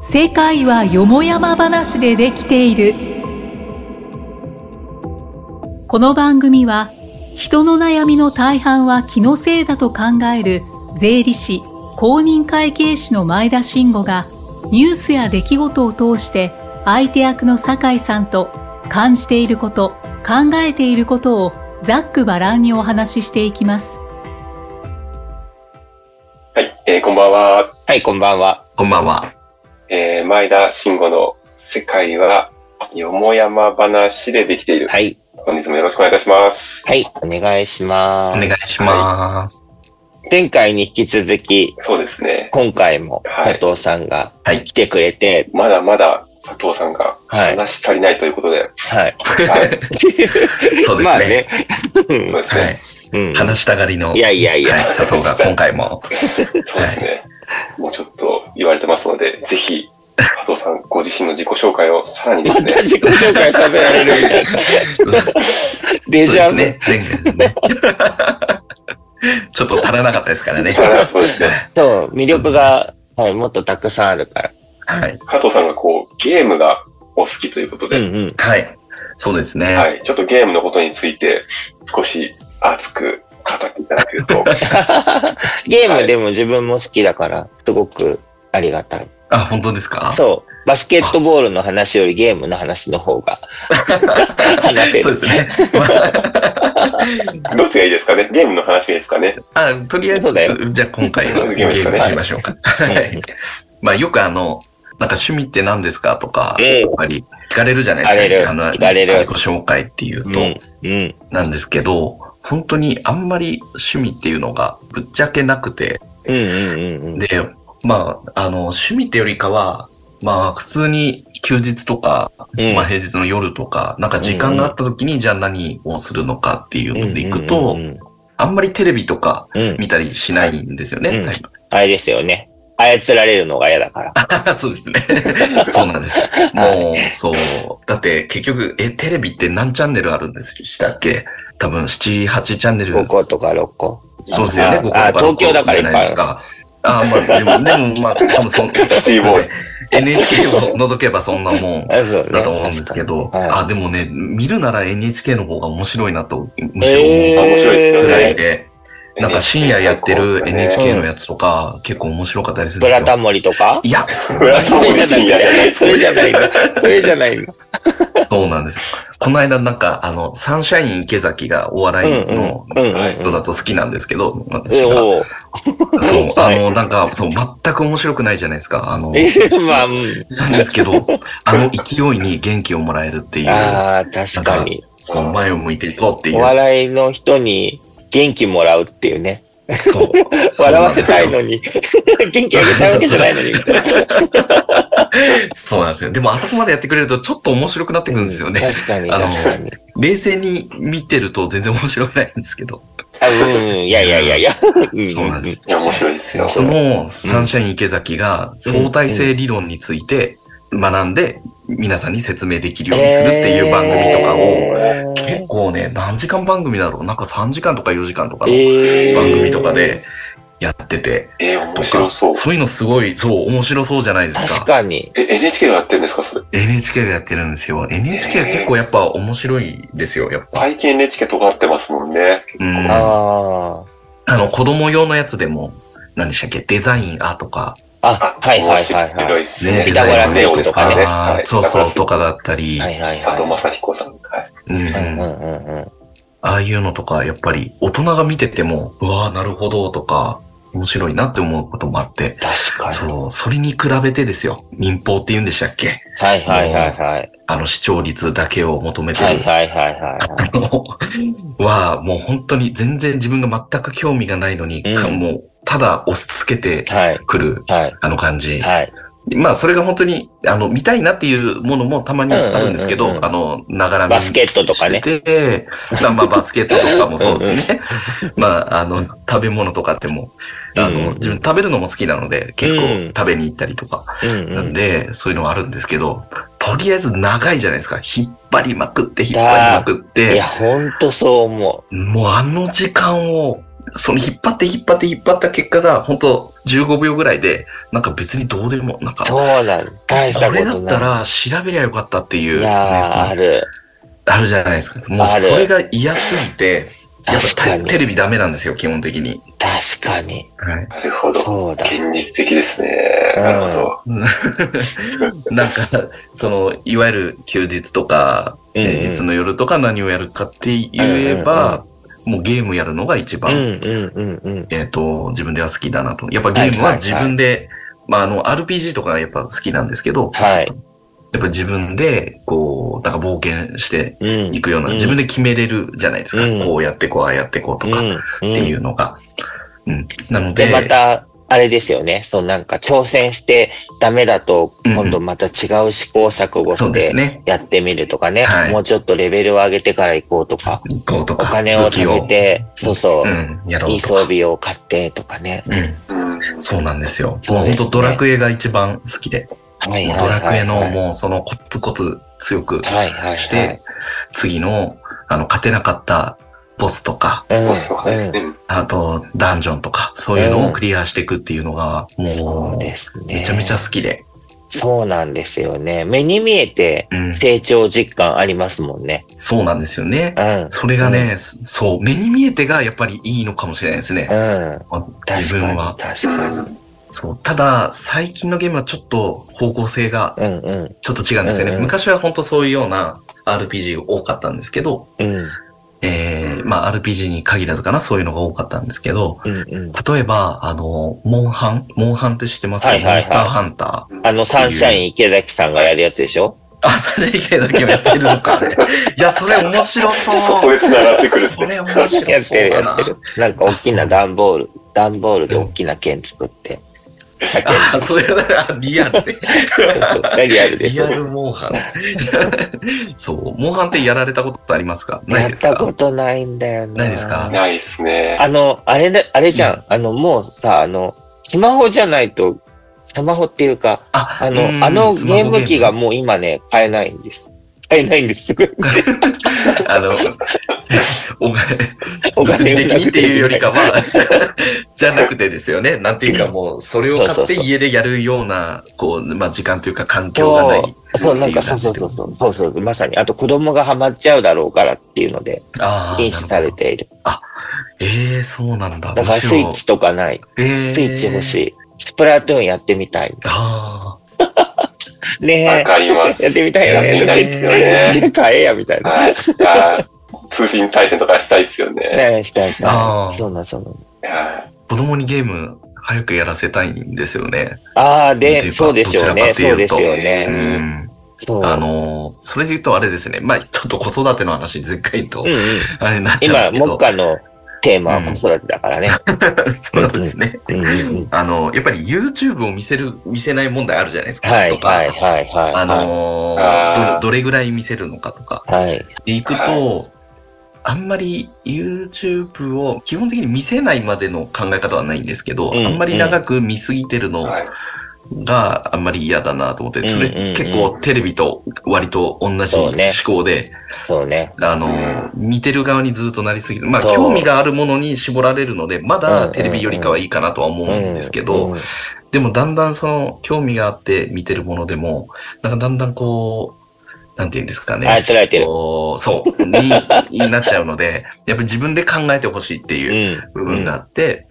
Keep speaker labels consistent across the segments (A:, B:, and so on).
A: 世界はよもやま話でできているこの番組は人の悩みの大半は気のせいだと考える税理士公認会計士の前田慎吾がニュースや出来事を通して相手役の酒井さんと感じていること考えていることをざっくばらんにお話ししていきます
B: はい、えーこんばんは。
C: はい、こんばんは。
D: こんばんは。
B: えー前田慎吾の世界は、よもやま話でできている。
C: はい。
B: 本日もよろしくお願いいたします。
C: はい、お願いしま
D: お
C: す。
D: 願いします。
C: 前回に引き続き、
B: そうですね。
C: 今回も
B: はい
C: 佐藤さんが
D: はい
C: 来てくれて、
B: まだまだ佐藤さんが
C: はい、
B: 話し足りないということで、
C: は
B: は
C: い。
B: い、
D: そうですね。
C: まあね、
B: そうです
D: は
B: ね。
D: い。
C: うん。
D: 話したがりの、
C: いやいやい
D: は
C: や、
D: い、佐藤が今回 も、
B: そうですね。もうちょっと言われてますので、ぜひ、佐藤さんご自身の自己紹介をさらにです
C: また
B: ね、
C: 自己紹介させられるみたいな。
D: そうです
C: デジャブ。
D: ね。前回ですね。 ちょっと足らなかったですからね。
B: そうですね。
C: そう、魅力が、はい、もっとたくさんあるから。
D: はい。
B: 加藤さんがこう、ゲームがお好きということ
C: う
B: で、
C: んうん。
D: はい。そうですね。
B: はい、ちょっとゲームのことについて、少し熱く語っていただけると、
C: ゲームでも自分も好きだから、すごくありがたい。
D: あ、本当ですか
C: そう、バスケットボールの話よりゲームの話の方 が話せ
D: そう
C: る
D: で。すね。 ま
B: どっちがいいですかねゲームの話がいいですかね
D: あ、あとりあえ
C: そうだ
D: ず、じゃあ今回は
B: ゲ
D: ゲ
B: ー
D: ー
B: ムで
D: ム
B: すかね
D: しましょうか。はい。まあよくあの、なんか趣味って何ですかとか、
C: うん
D: やっぱり聞かれるじゃないです
C: 聞
D: か。
C: かれる
D: あの
C: 聞かれる
D: 自己紹介っていうと、
C: うん、うん。
D: なんですけど、本当にあんまり趣味っていうのがぶっちゃけなくて、
C: うんうんうんうん。
D: で、まあ、あの、趣味ってよりかは、まあ、普通に休日とか、
C: うん
D: まあ、平日の夜とか、なんか時間があった時に、じゃあ何をするのかっていうのでいく
C: う
D: と
C: んう、ん
D: あんまりテレビとか
C: うんうん、
D: 見たりしないんですよね、
C: うん
D: タイプ
C: あれですよね。操られるのが嫌だから。
D: そうですね。 そうなんです。もう、そう。だって、結局、え、テレビって何チャンネルあるんでしたっけ多分、7、8チャンネル
C: 5個とか6個。
D: そうですよね、
C: あ
D: ここ
C: あ東京だからいっぱいある
D: じゃないですか。あまあ、でも、 でも、まあ、多分そん、
B: シティボーイ
D: NHK を除けばそんなもん
C: あそうね
D: だと思うんですけど、
C: はい
D: あ、でもね、見るなら NHK の方が面白いなと、むしろ
C: え
D: 思
C: ー
B: 面白いです
D: う
B: よ
D: ぐらい
B: ね。
D: で、なんか深夜やってる
B: NHK。
D: NHK のやつとか、結構面白かったりする
C: ブ
D: んで
C: ラ
D: す
C: タ
D: よ。
C: モリとか
D: いや、
B: ブラタモリ深夜じゃないです
C: それじゃないの。それじゃないの。
D: そうなんです。この間なんか、あの、サンシャイン池崎がお笑いの
C: うんうんうんうん
D: 人だと好きなんですけど、私
C: え
D: が。
C: おう
D: そう、あ
C: はい
D: の、なんか、そう、全く面白くないじゃないですか。あの、
C: えまあ、うん
D: なんです けど、あの勢いに元気をもらえるっていう、
C: ああ、確かに。
D: その前を向いていこうってい
C: お
D: う。
C: 笑いの人に元気もらうっていうね。
D: そう。そ う
C: 笑
D: な
C: わ
D: んで
C: せ
D: すよ
C: たいのに。元気あげたいわけじゃないのに。みたいな
D: そうなんですよ。でも、あそこまでやってくれると、ちょっと面白くなってくるんですよね。
C: 確かに、
D: あの
C: 確かに。
D: 冷静に見てると、全然面白くないんですけど。
C: あうんうん、いやいやいやいや。
D: そうなんです。
B: いや、面白いですよ。
D: その、サンシャイン池崎が、相対性理論について学んで、皆さんに説明できるようにするっていう番組とかを、
C: を
D: 結構ね、何時間番組だろうなんか3時間とか4時間とかの
C: えー
D: 番組とかでやってて、
B: えー、面
D: と
B: 白
D: か、
B: そう。
D: いうのすごい、そう、面白そうじゃないですか。
C: 確かに。
B: え、NHK がやってるんですかそれ。
D: NHK でやってるんですよ。NHK は結構やっぱ面白いですよ、やっぱ。
B: 最近 NHK 尖ってますもんね。
D: うん。あ
C: あ
D: の、子供用のやつでも、何でしたっけ、デザインアとか、
C: あ。あ、はいはいはい
B: 面白
C: はいい。
B: っすね。
D: ね、
C: ピ
D: デ
C: タゴ
D: ザ
C: ラ
D: イン
C: スイッチとかね
D: あーそうそう、とかだったり、
C: はいはい
B: 佐藤
C: は
B: 正彦さん。はい。
D: うんう。
C: い。うんうんんうんうん。
D: ああいうのとか、やっぱり大人が見てても、うわーなるほど、とか、面白いなって思うこともあって、
C: 確かに。
D: そう、それに比べてですよ、民放って言うんでしたっけ
C: はいはいはいはい。
D: あの、視聴率だけを求めて
C: はい
D: る
C: はいはいは
D: は、もう本当に全然自分が全く興味がないのに、
C: うん
D: かもう、ただ押し付けて
C: い。はい。
D: くる、
C: はい。
D: あの感じ。
C: はい。
D: まあ、それが本当に、あの、見たいなっていうものもたまにあるんですけ
C: うんうんうんうん
D: ど、あの、ながら見
C: バスケットとかね
D: してて、まあ、まあバスケットとかもそうですね。 まあ、あの、食べ物とかでも、あ
C: うんうんう
D: の、
C: ん
D: 自分食べるのも好きなので、結
C: うん
D: 構食べに行ったりとか。
C: うん
D: な
C: うんん。
D: で、そういうのはあるんですけど、とりあえず長いじゃないですか。引っ張りまくって、引っ張りまくっ
C: い
D: て
C: や、、ほんとそう思
D: もうあの時間をその引っ張って引っ張って引っ張った結果が、本当15秒ぐらいで、なんか別にどうでも、なんか、
C: そうなん大した
D: こ
C: こ
D: れだ
C: と
D: った
C: な
D: ら調べりゃよかったってい
C: い。い
D: う、ね、
C: やー、あ
D: あ
C: る。
D: るじゃないですか。もう
C: ある
D: それが嫌すぎて、やっ
C: 確
D: ぱ
C: か
D: テ
C: に。
D: テレビダメなんですよ、基本的に。
C: 確かに。
D: はい。
B: なるほど。
C: そうだ。
B: 現実的ですね。
C: うん
B: なるほど。
D: なんか、その、いわゆる休日とか、
C: うんうん
D: 平日の夜とか何をやるかって言えば、もうゲームやるのが一
C: うん
D: 番、
C: うんうんうん。
D: えっ、と、自分では好きだなと。やっぱゲームは自分で、まあ、あの、RPG とかがやっぱ好きなんですけど、
C: はい
D: やっぱ自分で、こう、なんか冒険して
C: うん。
D: いくような、
C: うん
D: 自分で決めれるじゃないですか。
C: うん
D: こうやってこう、ああやってこうとかっ
C: ん
D: ていうのが。うん。なので、
C: で、また、あれですよね。そう、なんか挑戦してダメだと、今度また違う試行錯誤
D: そう
C: し
D: です
C: て
D: ね。
C: やってみるとかね
D: は。い
C: もうちょっとレベルを上げてから行こうとか、
D: こうと
C: お
D: か、
C: 金を
D: 武器
C: 貯めて、そうそう
D: う、ん、やろ
C: いいう
D: と
C: 装
D: か。
C: 備を買ってとかね。
D: うん。
B: うん。
D: そうなんですよ。
C: そうですね
D: もう本当ドラクエが一番好きで、
C: はい
D: も
C: は
D: う
C: い
D: ド
C: はい
D: ラクエの
C: はい
D: もうそのコツコツ強く
C: はいはい。
D: して、次の、あの、勝てなかったボスとか、
C: うん、
B: ボスとかですね。
D: あと、ダンジョンとか、そういうのをクリアしていくっていうのが、
C: うんそ
D: も
C: う
D: う、
C: ですね。
D: めちゃめちゃ好きで。
C: そうなんですよね。目に見えて
D: うん。
C: 成長実感ありますもんね。
D: そうなんですよね
C: う。ん。
D: それがね、そう、目に見えてがやっぱりいいのかもしれないですね
C: う。ん。
D: 自
C: 確
D: 分
C: かに。
D: は。
C: 確
B: う
C: かに。
B: ん。
D: そう。ただ、最近のゲームはちょっと方向性が
C: うんうん。
D: ちょっと違うんですよね。
C: うんうん
D: 昔は本当そういうような RPG が多かったんですけど、
C: うん。
D: えー、まあ RPG に限らずかな、そういうのが多かったんですけど、
C: うんうん。
D: 例えば、あの、モンハン、モンハンって知ってますよ、
C: はいはいはい
D: モンスターハンター。
C: あの、サンシャイン池崎さんがやるやつでしょ
D: あ、サジャイ系だけをやってるのか。いや、それ面白そう。
B: そこで繋がってくるんです
D: そ
B: ね。
D: れ面白そうだな。
C: やってるやってる。なんか大きな段ボール、段ボールで大きな剣作って。
D: あ、それはあ リアルで。
C: リアルです
D: リアルモンハン。そう、モンハンってやられたことありますかな
C: や
D: い
C: っ
D: です
C: たこ
D: か
C: とないんだよな。
D: ないですか
B: ないですね。
C: あの、あれだ、あれじゃん。あの、もうさ、あの、スマホじゃないと、スマホっていうか、
D: あ
C: あの、あのゲーム機がもう今ね、買えないんです。買えないん です。
D: あの、お金、
C: お
D: 物
C: 金
D: 理
C: を
D: 的にっていうよりか は、じゃじゃなくてですよね。なんていうかもう、それを
C: そ
D: 買
C: う
D: っ
C: そ
D: て
C: うそう
D: 家でやるような、こう、まあ、時間というか環境がない。
C: そう、なんか、そうそうそうそう、そうそう、まさに。あと、子供がハマっちゃうだろうからっていうので、
D: ああ、
C: 禁止されている。
D: ええー、そうなんだ。
C: だから、スイッチとかない。
D: え
C: スイッチ欲し
D: い。
C: い。スプラトゥーンやってみたい。
D: あ
C: ね
B: わ
C: え。
B: かります。
C: やってみたいよね。
B: やってみたいで すよね。
C: 買えや、みたいな。
B: はい。いやー通信対戦とかしたいですよね。
C: ねえ、したいしたい
D: あー
C: そうなん、そうなん。
B: は
D: あ、子供にゲーム早くやらせたいんですよね。
C: ああ、
D: なんてい
C: で、
D: うか
C: そうでしょうね。
D: どちら
C: そう
D: かとい
C: で
D: うと
C: すよ
D: う
C: ね。
D: ん。
C: そう。
D: あのー、それで言うとあれですね。まあ、ちょっと子育ての話、前回と
C: うん、うん。
D: あれになっちゃ
C: 今、
D: うんですけ
C: 目
D: ど。
C: 下のテーマは子育てだからね。
D: そうですね。
C: うんうんうん
D: あの、やっぱり YouTube を見せる、見せない問題あるじゃないですか。
C: はい、
D: とか、
C: はい、はい、はい。
D: あのー
B: はいあー
D: ど、どれぐらい見せるのかとか。
C: はい。
D: で、行くと、あんまり YouTube を基本的に見せないまでの考え方はないんですけど、
C: うん
D: あんまり長く見すぎてる
B: い。
D: の
B: はい。
D: があんまり嫌だなと思って、それ
C: うんうんうん
D: 結構テレビと割と同じ
C: そう
D: 思
C: ね
D: 考で、
C: そうね。
D: あのー、見てる側にずっとなりすぎる。まあ、
C: そう
D: 興味があるものに絞られるので、ま
C: うんうんう
D: だ
C: ん
D: テレビよりかはいいかなとは思うんですけど、
C: うん、
D: でもだんだんその興味があって見てるものでも、なんかだんだんこう、なんていうんですか
C: あ、
D: ね。
C: 捉えてる。
D: こうそう、に、 になっちゃうので、やっぱり自分で考えてほしいっていう
C: う
D: 部
C: ん。う
D: 分
C: ん
D: があって、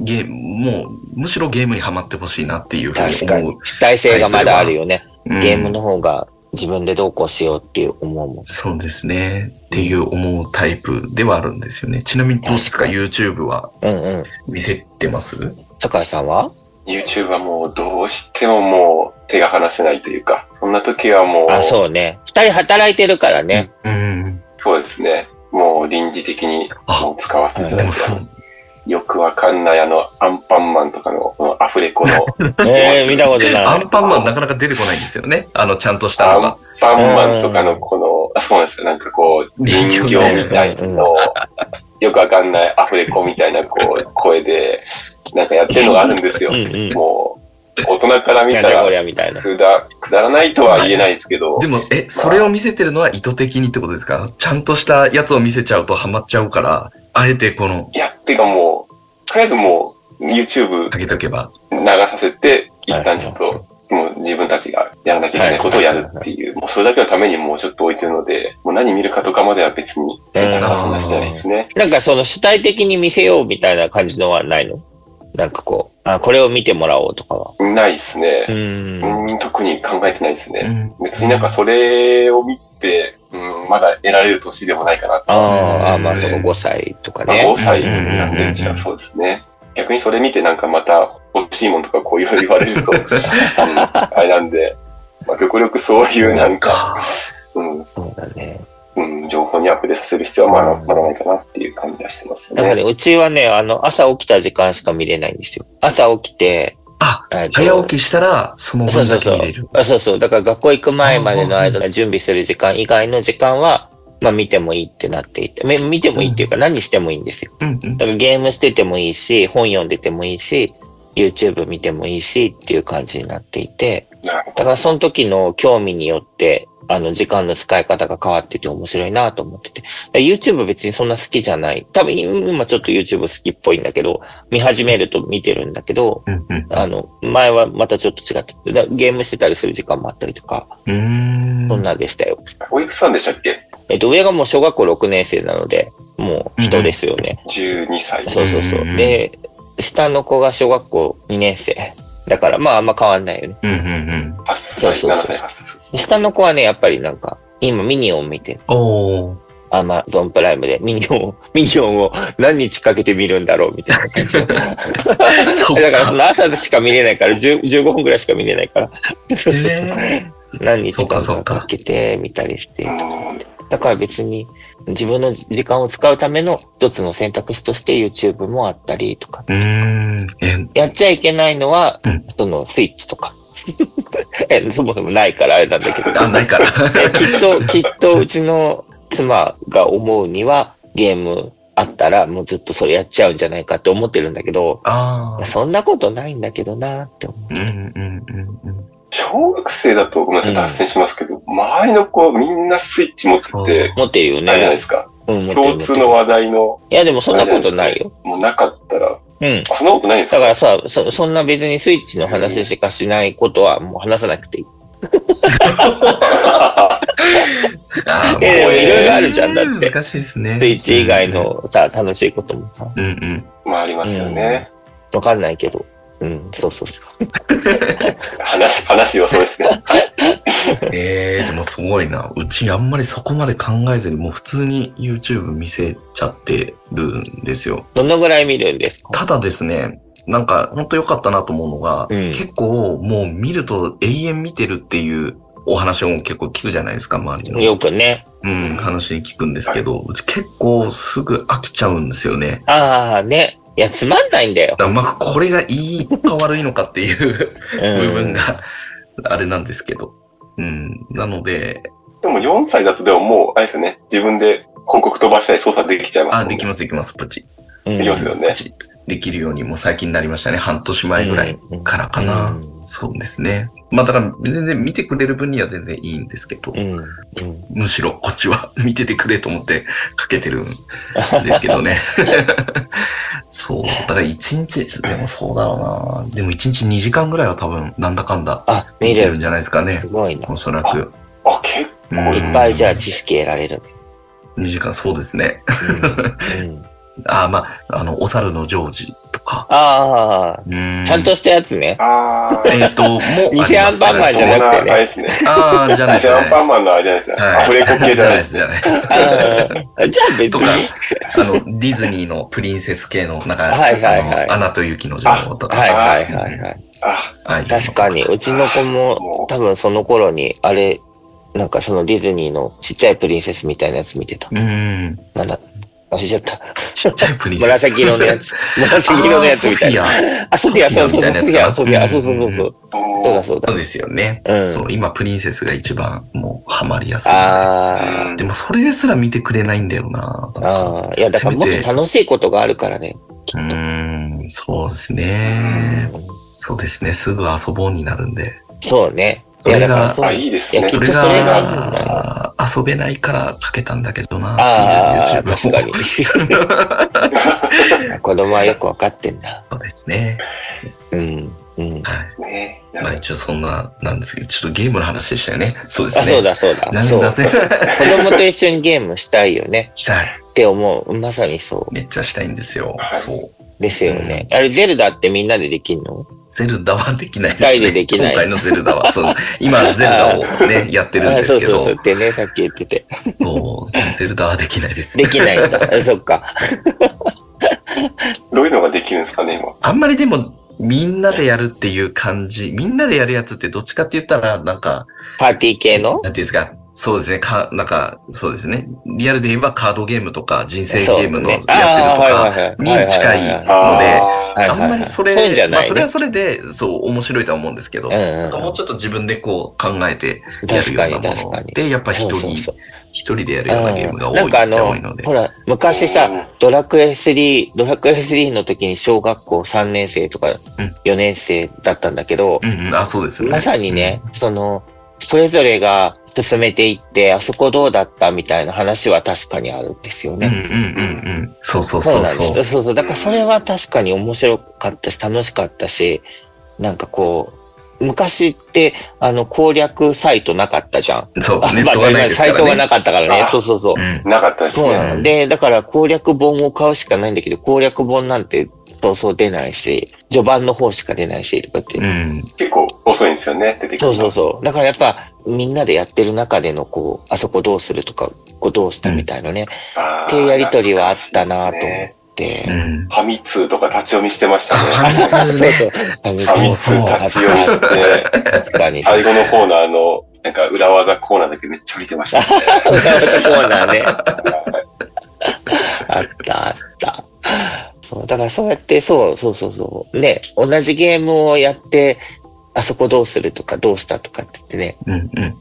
D: ゲーム、もう、むしろゲームにはまってほしいなっていうふう
C: 確
D: に
C: か
D: 思
C: に
D: う。。
C: 主体性がまだあるよね。
D: うん
C: ゲームの方が自分でどうこうしようっていう思うもん。
D: そうですね。っていう思うタイプではあるんですよね。ちなみにどうですか
C: 確
D: ?YouTube は
C: うんうん。
D: 見せてます
C: 酒井さんは
B: YouTube はもうどうしてももう手が離せないというか、そんな時はもう、
C: あ、そうね。二人働いてるからね。。
D: うん。
B: そうですね。もう臨時的にもう使わせていた
D: で
B: だい
D: も
B: て
D: そ
B: ます、
D: う。
B: よくわかんないあの、アンパンマンとかのこのアフレ コの、
C: ええ、見たことな
D: ア
C: い。
D: ンパンマンなかなか出てこないんですよね。あの、ちゃんとした
B: ア
D: の
B: ン
D: が。
B: パンマンとかのこの、あそうなんですよ。なんかこう、人形みたいなのを、よくわかんないアフレコみたいなこう、声で、なんかやってるのがあるんですよ
C: うん。うん。
B: もう、大人から見
C: な
B: た
C: んだこ
B: ら、
C: りゃみたいな。
B: くだ、くだらないとは言えないですけ ど
D: で、も、え、それを見せてるのは意図的にってことですかちゃんとしたやつを見せちゃうとハマっちゃうから、あえてこの、
B: いや、てかもう、とりあえずもう YouTube
D: 上げとけば。
B: 流させて、一旦ちょっと、もう自分たちがやらなきゃいけないことをやるっていう、もうそれだけのためにもうちょっと置いてるので、もう何見るかとかまでは別に選択肢なしじゃないですね。
C: なんかその主体的に見せようみたいな感じのはないのなんかこう、あ、これを見てもらおうとかは。
B: ないです
C: う
B: ね。
C: ーん。
B: うん、特に考えてないですね。
D: ん
B: 別になんかそれを見て、うん、まだ得られる年でもないかなと。
C: あーあー、まあ
D: うん
C: その5歳とか
B: まあ、
C: ね。
B: 5歳なんでうちはそうですね。逆にそれ見てなんかまた欲しいものとかこういろいろ言われ ると、うんあれなんで、まあ、極力そういうなんか、
D: か。
B: うん、
C: そうだね。
B: うん、情報にアップデートさせる必要はまだまだないかなっていう感じはしてますよ
C: だからね、
B: ね。
C: うちはね、あの、朝起きた時間しか見れないんですよ。朝起きて、
D: あ、
C: えっと
D: 早起きしたら、その
C: そう
D: 分
C: そうそ
D: だけ
C: う
D: 見れる。。
C: あそうそう。だから学校行く前までの間、準備する時間以外の時間は、まあ見てもいいってなっていて、め見てもいいっていうか何してもいいんですよ。
D: うんうん
C: だからゲームしててもいいし、本読んでてもいいし、YouTube 見てもいいしっていう感じになっていて、
B: なるほ
C: だからその時の興味によって、あの時間の使い方が変わってて面白いなと思ってて。だから YouTube 別にそんな好きじゃない。多分今ちょっと YouTube 好きっぽいんだけど、見始めると見てるんだけど、
D: うんうん
C: あの、前はまたちょっと違ってて、だゲームしてたりする時間もあったりとか、
D: うーん
C: そんなでしたよ。
B: ど。おいくつなんでしたっけ
C: えっと、上がもう小学校6年生なので、もう人ですよね。
B: ?12 歳。
C: そうそうそう。
D: うん
C: で、下の子が小学校2年生。だからまああんま変わんないよね。
D: うんうんうん。
B: 8歳、
C: そうそうそう
B: 7歳、8歳。
C: 下の子はね、やっぱりなんか、今ミニオン見て、
D: おー。
C: アマゾンプライムでミニオンを、 ミニオンを何日かけて見るんだろうみたいな感じ。だ
D: そう
C: からそ
D: か。
C: の朝しか見れないから、10 15分ぐらいしか見れないから。そうそうそう
D: え
C: 何日かかけて見たりして。
B: うん
C: だから別に自分の時間を使うための一つの選択肢として YouTube もあったりとか。
D: ーうーん。え、
C: やっちゃいけないのは、
D: うん
C: そのスイッチとか。 えそもそもないからあれなんだけど。
D: あ、ないから。
C: えきっと、きっとうちの妻が思うにはゲームあったらもうずっとそれやっちゃうんじゃないかって思ってるんだけど、
D: あー。
C: そんなことないんだけどなって思
D: うんうんうんうん。
B: 小学生だと、ごめんなさい、脱線しますけど、周りの子みんなスイッチ持って
D: そう
B: て、
C: う。持ってるよ
B: あれじゃないで
C: ね。
B: すか。
C: うん、持ってる
B: 共通の
C: 持って
B: 話題の、
C: るいや、でもそんなことないよ。
B: もうなかったら、
C: うん。
B: あそんなことないんです
C: だ
B: か
C: からさ、そそんな別にスイッチの話しかしないことはもう話さなくていい。
D: あー
C: えでも
D: もう
C: いろいろあるじゃんだって
D: 難しいですね。
C: スイッチ以外。のさ、楽しいこともさ、
D: うんうん。
B: まあありますよね。
C: わかんないけど。うん、そうそうそう。
B: 話、話はそうです ね。
D: えー、でもすごいな。うちあんまりそこまで考えずに、もう普通に YouTube 見せちゃってるんですよ。
C: どのぐらい見るんですか
D: ただですね、なんか本当良かったなと思うのが、
C: うん
D: 結構もう見ると永遠見てるっていうお話を結構聞くじゃないですか、周りの。
C: よくね。
D: うん、話に聞くんですけど、うち結構すぐ飽きちゃうんですよね。
C: ああ、ね。いや、つまんないんだよ。
D: だからまあ、これがいいか悪いのかっていう
C: うん
D: 部分が、あれなんですけど。うん、なので、
B: でも4歳だとでももう、あれですよね、自分で広告飛ばしたり操作できちゃいます
D: あ、
B: もんね、
D: できます、できます、プチ。
C: うん
B: できますよね
D: プ。チできるようにもう最近になりましたね。半年前ぐらい
C: うん
D: からかな。
C: うん
D: そうですね。まあだから全然見てくれる分には全然いいんですけど、
C: うん。うん
D: むしろこっちは見ててくれと思ってかけてるんですけ どね。そう。だから一日、でもそうだろうな。でも一日2時間ぐらいは多分なんだかんだ
C: あ、見
D: 見
C: れ
D: てる
C: る
D: ん。じゃないですかね
C: す。ごいな。
D: おそらく。
B: あ、結
D: うん
B: 構
C: いっぱいじゃあ知識得られ るね。
D: 2時間、そうですね。
C: うんうん
D: ああ、まあ、あの、お猿のジョージとか。
C: ああ、
D: うーん
C: ちゃん。としたやつね。
B: あー、
D: えっ、と、もう あり
C: 偽ア
D: ま
C: ン
D: す。
C: パンマンじゃなくて
B: そんなあれですね。
D: ああ、じゃないです
B: アンパンマンのあれじゃないですね。
D: はい
B: アフレコ系じゃないです。
D: じゃないです。
C: あ ーじゃあ別
D: とか
C: に。、
D: あの、ディズニーのプリンセス系の、なんか、
C: はいはいはい
D: あのアナと雪の女王とか、
C: はいはいはいはい。
B: あ、
D: ああいうの
C: 確かに、うちの子も
B: もう、
C: 多分その頃に、あれ、なんかそのディズニーのちっちゃいプリンセスみたいなやつ見てた。
D: うーん。
C: なんだ忘れちゃった。
D: ちっちゃいプリンセス。
C: 紫色のや
D: つ。
C: つ。紫色のやつみたいな。
D: な。
C: あ、そうや、そうそう、
D: みたいなやつかな
C: そうや、そうそうそうそう。そうだ、
B: も
C: そう
D: そう
C: だ。
D: ですよね。
C: うん
D: そう、今プリンセスが一番もうハマりやすい、
C: あ
B: う
C: ー
B: ん
D: でもそれですら見てくれないんだよな。なんか
C: あー。いや、だからもっ
D: せめて
C: と楽しいことがあるからね。
D: うーん、そうですね。そうですね。すぐ遊ぼうになるんで。
C: そうね。
D: それが
C: いやだから
B: う、
C: そう
B: あ、いいです
C: いや
B: ね
C: き
D: そ
C: っと
D: れ
C: それがいいんだ
D: が遊べないからかけたんだけどなってい
C: ああ、
D: う YouTube を
C: 確かに。子供はよくわかってんだ。
D: そうですね。
C: うん。うん。
D: はい。
B: ね。
D: まあ一応そんな、なんですけど、ちょっとゲームの話でしたよね。そうですね。
C: あ、そうだそうだ。
D: なん
C: そう。
D: だ
C: 子
D: ぜ。
C: 供と一緒にゲームしたいよね
D: したい。
C: って思う。まさにそう。
D: めっちゃしたいんですよ。そう。
C: ですよね。あれ、ゼルダってみんなでできんの
D: ゼルダはできないです
C: 二
D: ね。
C: 人でできない
D: 今回のゼルダは、そう。今、ゼルダをね、やってるん
C: あ
D: で
C: そ
D: す
C: う
D: け
C: そう
D: ど、
C: そ
D: そう
C: ってね、さっき言ってて。
D: う、ゼルダはできないです。
C: できないんだ。えそっか。
B: どういうのができるんですかね、今。
D: あんまりでも、みんなでやるっていう感じ、みんなでやるやつってどっちかって言ったら、なんか、
C: パーティー系の
D: なんていうんですか、そうですね、か、なんか、そうですね、リアルで言えばカードゲームとか、人生ゲームのやってるとか、
C: る
D: に近い
B: あー
D: ので
B: は
D: あんまりそれ、
C: そういうんじゃ
D: ま
C: な
D: あ、
C: い
D: そ
C: ね。
D: れはそれで、そう、面白いとは思うんですけど、
C: うんうん
D: もうちょっと自分でこう考えてやる
C: 確
D: よ
C: か
D: うな
C: に
D: も
C: 確か
D: の
C: に。
D: で、やっぱ一
C: そうそう
D: 人
C: そう
D: 一人でやるようなゲームが多い
C: うん
D: っちゃ多い
C: なんか
D: の
C: あ
D: で。
C: ほら、昔さ、ドラクエ3、ドラクエ3の時に小学校3年生とか4年生だったんだけど
D: う、んうん、あ、そうですね。
C: まさにね、その、それぞれが進めていって、あそこどうだったみたいな話は確かにあるんですよ
D: うん。うん
C: ね。
D: うんうんうん。そうそう
C: そ
D: そうう
C: なんです
D: そ
C: そう
D: う。
C: そうだからそれは確かに面白かったし、楽しかったし、なんかこう、昔って、あの、攻略サイトなかったじゃん。
D: そう、
C: あ
D: ネッ
C: まあ
D: トがないです
C: サ
D: か
C: イトが
D: らね。
C: なかったからね。
B: あ
C: そうそうそう。
D: うん
B: なかったです
C: そうな
B: ね。
C: の。で、だから攻略本を買うしかないんだけど、攻略本なんてそうそう出ないし、序盤の方しか出ないし、とかって。
D: うん。
B: 結構遅いんですよね、出てきて。
C: そうそうそう。だからやっぱ、みんなでやってる中での、こう、あそこどうするとか、こうどうしたみたいなね、
B: あー
C: っていうやりとりはあったなと
B: 懐かしいです
C: 思
B: ね
C: って。
D: うん。
B: ファミ通とか立ち読みしてましたね。
D: あファミ
C: そうそ
B: フ
C: う。
D: ァ
B: ァ
D: ミ
B: ミ
D: 通
B: 通
D: そう
B: 立ち読みして、
C: 確かに。
B: 最後の方のあの、なんか裏技コーナーだけめっちゃ見てましたね。
C: コーナーね。あった、あった。そう、だからそうやって、そう、そうそうそう。ね、同じゲームをやって、あそこどうするとか、どうしたとかって言ってね、
D: うん。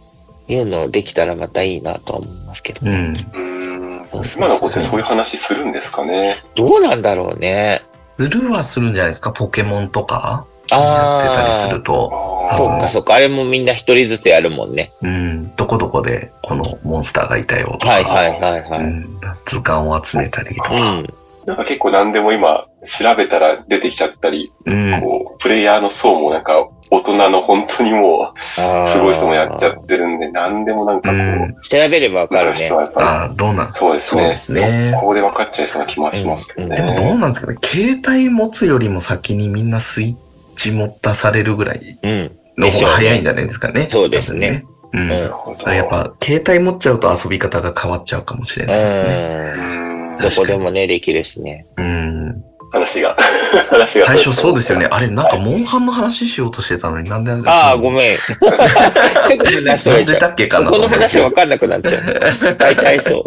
C: いうのできたらまたいいなとは思いますけど。
D: うん。うん。
B: うーん今の子ってそういう話するんですかね。
C: どうなんだろうね。
D: ブルーはするんじゃないですかポケモンとかや
C: あ
D: っ
C: あ。
D: てたりすると、
B: あー
C: そうか、そうか。あれもみんな一人ずつやるもんね。
D: うん、どこどこでこのモンスターがいたよとか、
C: はいはいはいは
D: う
C: い。
D: ん、図鑑を集めたりと
C: う
D: か、
C: ん。
B: なんか結構何でも今調べたら出てきちゃったり、
D: うん、
B: こう、プレイヤーの層もなんか大人の本当にもう、すごい人もやっちゃ
C: う。
B: ってるんで、何でもなんかこう、
D: うん
C: 調べればわかるね
B: 人。はやっぱ
D: あーどうなん
B: り、そうですね。
D: そうですね
B: ここで分かっちゃいそうな気もしますけど
D: でも
B: ね。
D: どうなんですかね、携帯持つよりも先にみんなスイッチ持たされるぐらい
C: うん。
D: の方が早いんじゃないですかね。
C: そうですね
D: 多
C: う
D: 分ね。うん。
C: ん
B: なる。ほど
D: だからやっぱ、携帯持っちゃうと遊び方が変わっちゃうかもしれないですね。
B: う
C: うんん。どこでもね、できるしね。
D: うん。
B: 話が、 話が。
D: 最初そうですよね。。あれ、なんか、モンハンの話しようとしてたのになんであれだ
C: ああ、ご めん。すぐになし
D: な
C: と
D: ん
C: い
D: で
C: ち
D: だ
C: ゃ
D: っけか
C: う。
D: な
C: ことの
D: 思うんで
C: 話
D: すけど
C: わかんなくなっちゃう。 大体そう。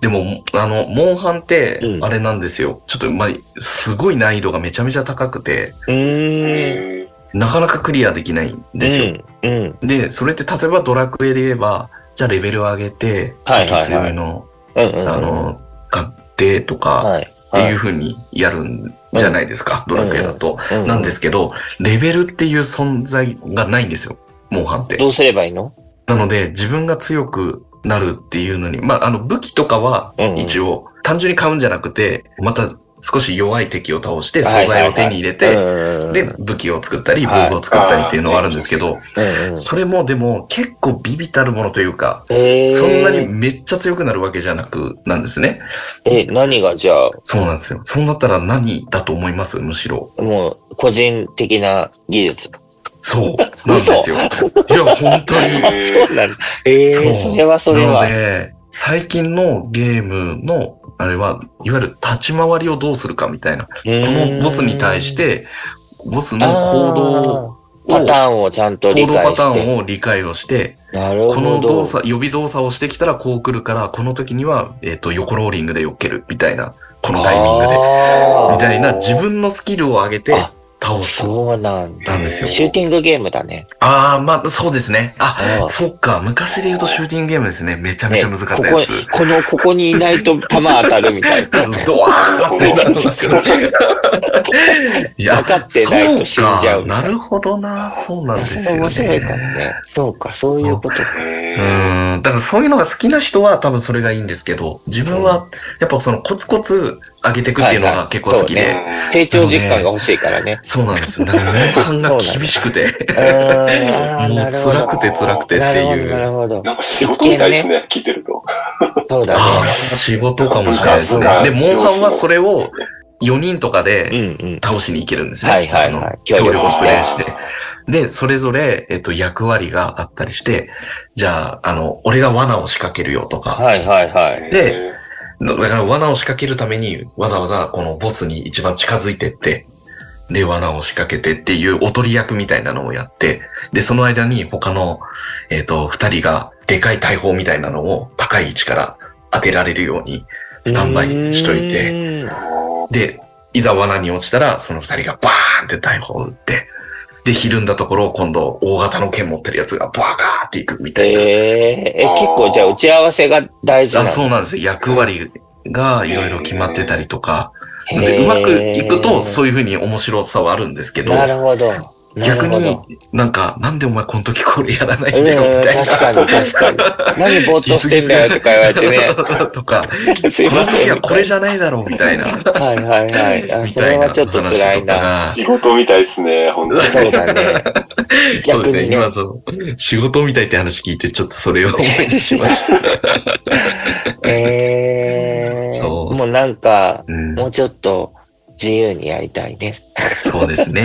D: でも、あの、モンハンって
C: う、ん
D: あれなんですよ。ちょっと、まあ、すごい難易度がめちゃめちゃ高くて、
C: うーん。
B: へ
D: なかなかクリアできないんですよ。
C: うん。うん。
D: で、それって例えばドラクエで言えば、じゃあレベルを上げて、
C: はいはいはい
D: 武器強いの、
C: うんうんうん。
D: あの、買ってとか、
C: はい。
D: っていう
C: う。
D: 風にやるんじゃないですか、ドラクエだと。
C: うん
D: なんですけど、レベルっていう存在がないんですよ、モンハンって
C: ど。うすればいいの
D: なので、自分が強くなるっていうのに、まあ、あの、武器とかは
C: うんう、ん
D: 一応、単純に買うんじゃなくて、また少し弱い敵を倒して、素
C: はいはい
D: 材
C: はい
D: を手に入れ
C: うん
D: て、
C: うんうん
D: で、武器を作ったり、
C: はい
D: 防具を作ったりっていうのはあるんですけど、
C: うんうん
D: それもでも結構ビビたるものというか、
C: えー
D: そんなにめっちゃ強くなるわけじゃなくなんですね。
C: え、何がじゃあ、
D: そうなんですよ。そうなったら何だと思いますむしろ。
C: もう、個人的な技術。
D: そう。なんで すよ。いや、本当に。
B: えー
C: そうなんだ。ええ、
D: そう
C: それはそれ
D: なの
C: は。
D: で、最近のゲームの、あれは、いわゆる立ち回りをどうするかみたいな。こ
C: こ
D: のボスに対し、て、ボスの行動を、
C: あーパターンをちゃんと
D: 行
C: 理
D: 動
C: 解して。
D: パターンを理解をして、
C: なるほど。
D: この動作、予備動作をしてきたらこう来るから、この時には、えっ、と、横ローリングで避けるみたいな、このタイミングで、
C: あー
D: みたいな、自分のスキルを上げて
C: あ、
D: 倒す。
C: そうなんだ。
D: なんですよ
C: シューティングゲームだね。
D: ああ、まあ、そうですね。あ、
C: ああ
D: そっか。昔で言うとシューティングゲームですね。めちゃめ
C: ね
D: ちゃ難かったやつ。
C: こここの、ここにいないと弾当たるみたい な。
D: ドワーンってなったんですよね。い
C: 分かって ないと死んじゃう
D: そかなるほどな。そうなんです
C: それ
D: よ
C: 面白いから
D: ね。
C: ね。そうか、そういうことか。
D: う
B: へー
D: ん。だからそういうのが好きな人は多分それがいいんですけど、自分はやっぱそのコツコツ上げていくっていうのが結構好き
C: はい
D: で。
C: 成長実感が欲しいからね。
D: そうなんですよ。だから年間が厳しくて、
C: うーん。
D: も
C: な
D: う
C: るほど
D: 辛くて辛くてって
C: な
D: いう。
C: るほど、な
B: なん
C: る
B: か仕事みたいですね、聞いてると。
C: ほど。そうだ
D: あ
C: ね。
D: あ、仕事かもしれないです
B: 部
D: ね。
B: 下
D: で、モンハンはそれを4人とかで
C: うんうん。
D: 倒しに行けるんですね。
C: はいはい
D: あの
C: はい。
D: 協力してプレイ
B: あ
D: して。で、それぞれ、えっと、役割があったりして、じゃあ、あの、俺が罠を仕掛けるよとか、
C: はいはいはい。
B: ー
D: で、だだから罠を仕掛けるために、わざわざこのボスに一番近づいてって、で、罠を仕掛けてっていうおとり役みたいなのをやって、で、その間に他の、えっ、と、二人がでかい大砲みたいなのを高い位置から当てられるようにスタンバイしといて、
C: て。
D: で、いざ罠に落ちたら、その二人がバーンって大砲を撃って、で、ひるんだところを今度、大型の剣持ってるやつがバカーっていくみたいな。
C: えー、え、結構じゃあ打ち合わせが大事な
D: あ
C: の
D: そうなんですよ。役割がいろいろ決まってたりとか。
C: へー
D: でうまくいくと、そういうふうに面白さはあるんですけど、
C: なるほど。なる
D: 逆
C: ほど
D: になんか、なんでお前この時これやらないん
C: う
D: だよ、
C: ん、
D: みた い
C: 確か に確かに。何ぼーっとしてんだよとか言われてね。
D: な。とか、
C: すい
D: この
C: ま
D: 時
C: せん
D: は。これじゃないだろう、みたいな。
C: はいはいはい。あ
D: み
C: そ
D: た
C: れ
D: いな
C: はちょっと辛いな。
D: 話とかが
B: 仕事みたいですね、本当に。
C: そうだね。
D: そう
C: 逆
D: ですね、
C: にね。
D: 今その、仕事みたいって話聞いて、ちょっとそれを思い出しました。
C: えー、
D: そう
C: もうなんか、
D: うん
C: もうちょっと自由にやりたいね。
D: そうですね。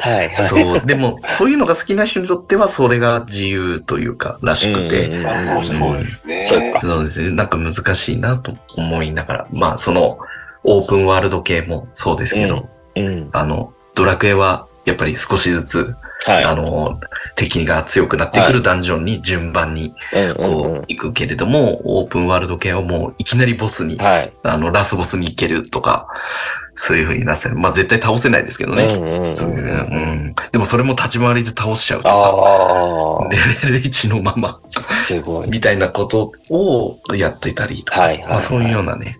C: はいはい。
D: そう。でも、そういうのが好きな人にとっては、それが自由というか、らしく
C: う
D: て。
C: んうん
B: あ
C: うん
B: そうです
C: そう
B: ね。
C: か
D: そうですね。なんか難しいなと思いながら。まあ、その、オープンワールド系もそうですけど、
C: うん。
D: あの、ドラクエは、やっぱり少しずつ、あ
C: は
D: の、敵が強くなってくるダンジョンに順番に
C: い。うんうんう。
D: こうん行くけれども、オープンワールド系はもういきなりボスに、
C: はい
D: あの、ラスボスに行けるとか、そういう風になせる。まあ絶対倒せないですけど
C: う
D: ね。
C: んうん
D: そういう
C: うん。
D: うん、でもそれも立ち回りで倒しちゃうとか、
C: ああ、
D: レベル1のまま、
C: すごい。
D: みたいなことをやってたりとか、
C: はいはい。
D: まあそういうようなね、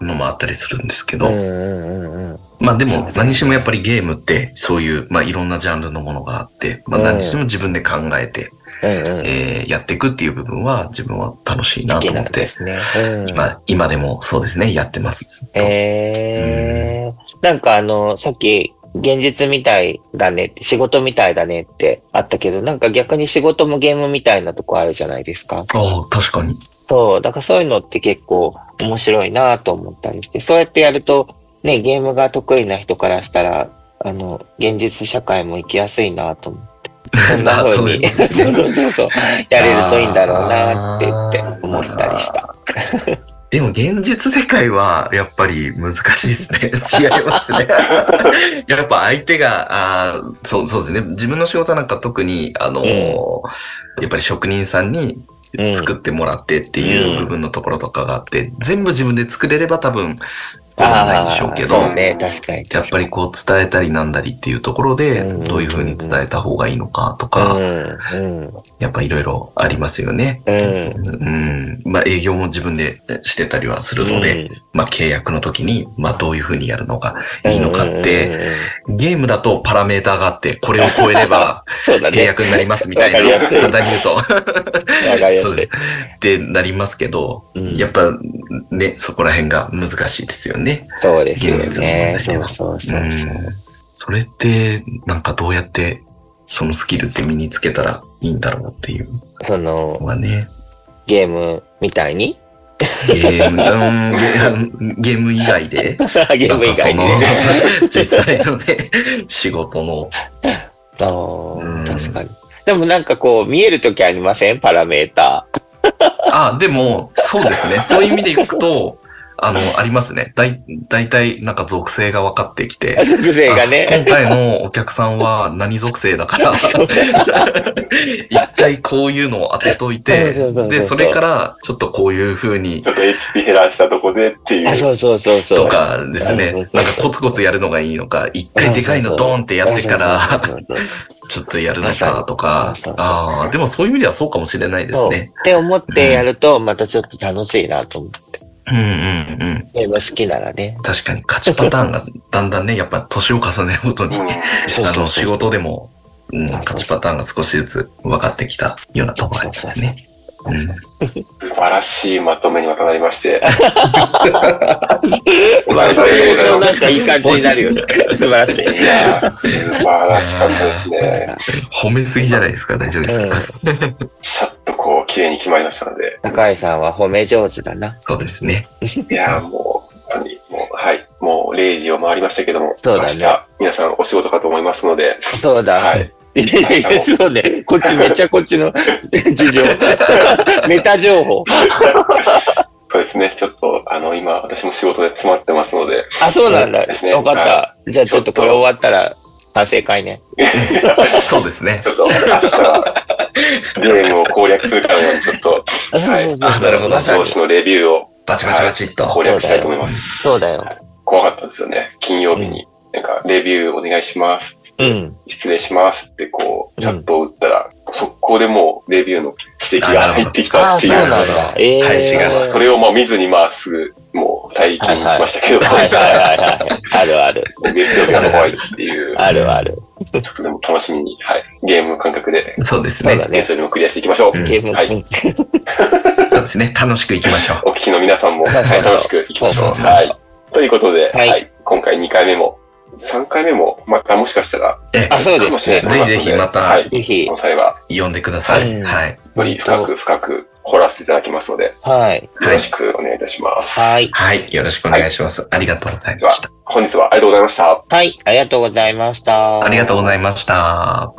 D: のもあったりするんですけど、
C: うんうんうんうん。
D: まあでも何にしてもやっぱりゲームってそういう、まあいろんなジャンルのものがあって、まあ何にしても自分で考えて、
C: うんうん。
D: えーやっていくっていう部分は自分は楽しいな
C: 好
D: と
C: き
D: 思
C: な
D: っ
C: んで
D: て、
C: すね。うん
D: 今、今でもそうですね、やってます。ずっと
C: えー、なんかあの、さっき、現実みたいだねって、仕事みたいだねってあったけど、なんか逆に仕事もゲームみたいなとこあるじゃないですか。
D: ああ、確かに。
C: そう、だからそういうのって結構面白いなと思ったりして、そうやってやると、ね、ゲームが得意な人からしたら、あの、現実社会も生きやすいなと思って。そんな
D: あ そう
C: 風
D: で
C: に、
D: す
C: そう
D: ね
C: そうそうそう、やれるといいんだろうなって言って思ったりした。
D: でも現実世界はやっぱり難しい ですね。違いますね。 やっぱ相手が、あーそうそうですね。自分の仕事なんか特に、あのーやっぱり職人さんに
C: うん
D: 作ってもらってっていう部分のところとかがあって、全部自分で作れれば多分そうじゃないんでしょうけど
C: あー、そうね、確かに。
D: やっぱりこう伝えたりなんだりっていうところで
C: うん、
D: どういうふうに伝えた方がいいのかと
C: う
D: か、
C: ん、うん。
D: やっぱいろいろありますよね。
C: うん。
D: うん。まあ営業も自分でしてたりはするので、まあ契約の時に、まあどういうふうにやるのがいいのかって、
C: うん、
D: ゲームだとパラメーターがあって、これを超えれ ば
C: そうだね。
D: 契約になりますみたい
C: わかりや
D: な、
C: すい
D: 簡単に言うと。
C: わかりやすい
D: そうですってなりますけど、
C: うん
D: やっぱね、そこら辺が難しいですよね。
C: そうですよね。
D: 現実
C: そ
D: の
C: うそうそうう。
D: ん。それって、なんかどうやって、そのスキルって身につけたらいいんだろうっていう
C: そ
D: の
C: の、
D: がね。
C: ゲームみたいに
D: ゲ ーム、うんゲゲーム以外で。
C: ゲーム以外に
D: なん
C: ね。
D: かその 実際のね、仕事の。
C: あー
D: うん
C: 確かに。でもなんかこう、見えるときありませんパラメータ
D: あ、でも、そうですね。そういう意味でいくと、あの、ありますね。だい、だいたいなんか属性が分かってきて。
C: 属性がね
D: あ。今回のお客さんは何属性 だから、一回こういうのを当てとい
C: そうそう
D: て
C: そうそ、う
D: で、それからちょっとこういう風に
B: ちょっと HP 減らしたとこでってい
C: あ、
B: う。
C: そうそうそうそう。
D: とかです
C: そ
D: ね
C: う、そう
D: なんかコツコツやるのがいいのか、一回でかいのドーンってやってから、
C: そうそうそうそう
D: ちょっとやるのかと
C: ま
D: か
C: さにそうそうそう、
D: ああ、でもそういう意味ではそうかもしれないです
C: そう
D: ね。
C: って思ってやると、またちょっと楽しいなと思って。
D: うんうんうん。
C: ゲーム好きならね。
D: 確かに勝ちパターンがだんだんね、やっぱ年を重ねるごとに、
B: うん
C: そうそう
D: あ
C: そう
D: の、仕事でも、うん、勝ちパターンが少しずつ分かってきたようなところありますね。うん。
B: 素晴らしいまとめにまたなりまして。お疲
C: まあ、
B: れ
C: そ
B: 様
C: うい
B: で
C: う
B: ございま
C: となん
B: す。
C: かいい感じになるよね。 素晴らしい。
B: いやー、素晴らしかったですね。
D: 褒めすぎじゃないですか、大丈夫です
C: うん
D: か。
B: シャッとこう、綺麗に決まりましたので。
C: 高井さんは褒め上手だな。
D: そうですね。
B: いやー、もう、本当に、もう、はい。もう0時を回りましたけども、
C: そうだね
B: 明日、皆さんお仕事かと思いますので、
C: そうだ。
B: はい。
C: いやいやそうね。こっちめっちゃこっちの事 情。メタ情報。
B: そうですね。ちょっと、あの、今、私も仕事で詰まってますので、
C: あ、そうなんだ。
B: そうですね
C: よかった。じゃあちょっとこれ終わったら反省会ね。
D: そうですね
B: ち。ょっと、明日は、ゲームを攻略するかのように、ちょっと、はい。
D: あなるほど
C: まさ
B: 上
C: に
B: 司のレビューを
D: バチバチバチっ
B: 攻
D: と。
B: 略したいと思います。
C: そうだよ。
B: 怖かったですよね。金曜日に、なんか、レビューお願いします。
C: うん。
B: 失礼しますって、こう、チャットを打ったら、速攻でもう、レビューの指摘が入ってきた
C: あ、
B: っ
C: そ
B: て
C: う
B: い
C: な
B: う。
C: んだ。え
D: 返し
B: ま
C: え。
B: あそれをまあ見ずに、まあ、すぐ、もう、退勤しましたけど、
C: はいはいはいはい。あるある。
B: 月曜日は怖いっていう、
C: あるある。
B: ちょっとでも楽しみに、はい。ゲーム感覚で、
D: そうです
C: そうだ
D: ね。
C: ね
B: 月。曜日もクリアしていきましょう。
D: うん
C: ゲーム、
B: はい
D: そうですね。楽しくいきましょ う。
B: お聞きの皆さんも、
C: そうそう
B: は
C: そう
B: い、楽しくいきましょう。
D: そうそうそう
B: はい。ということで、
C: は
B: はいい、今回2回目も、3回目も、またもしかしたら、
D: え
C: あ、そう
B: か
C: で
B: も
C: す
B: しれ
C: ね
B: な。
D: ぜ
B: い
D: ひぜひまた
B: はい。
C: ぜひ
B: この。際は、
D: え、呼んでくださ
C: う
D: い。
C: ん
D: はい。
B: より深く深く掘らせていただきますので、よ
C: はい。
D: は
B: ろ
D: い
B: し。くお願いいたします。
C: はい。
D: はい。よろしくお願いします。ありがとうございました。
B: 本日はありがとうございました。
C: はい。ありがとうございました。
D: ありがとうございました。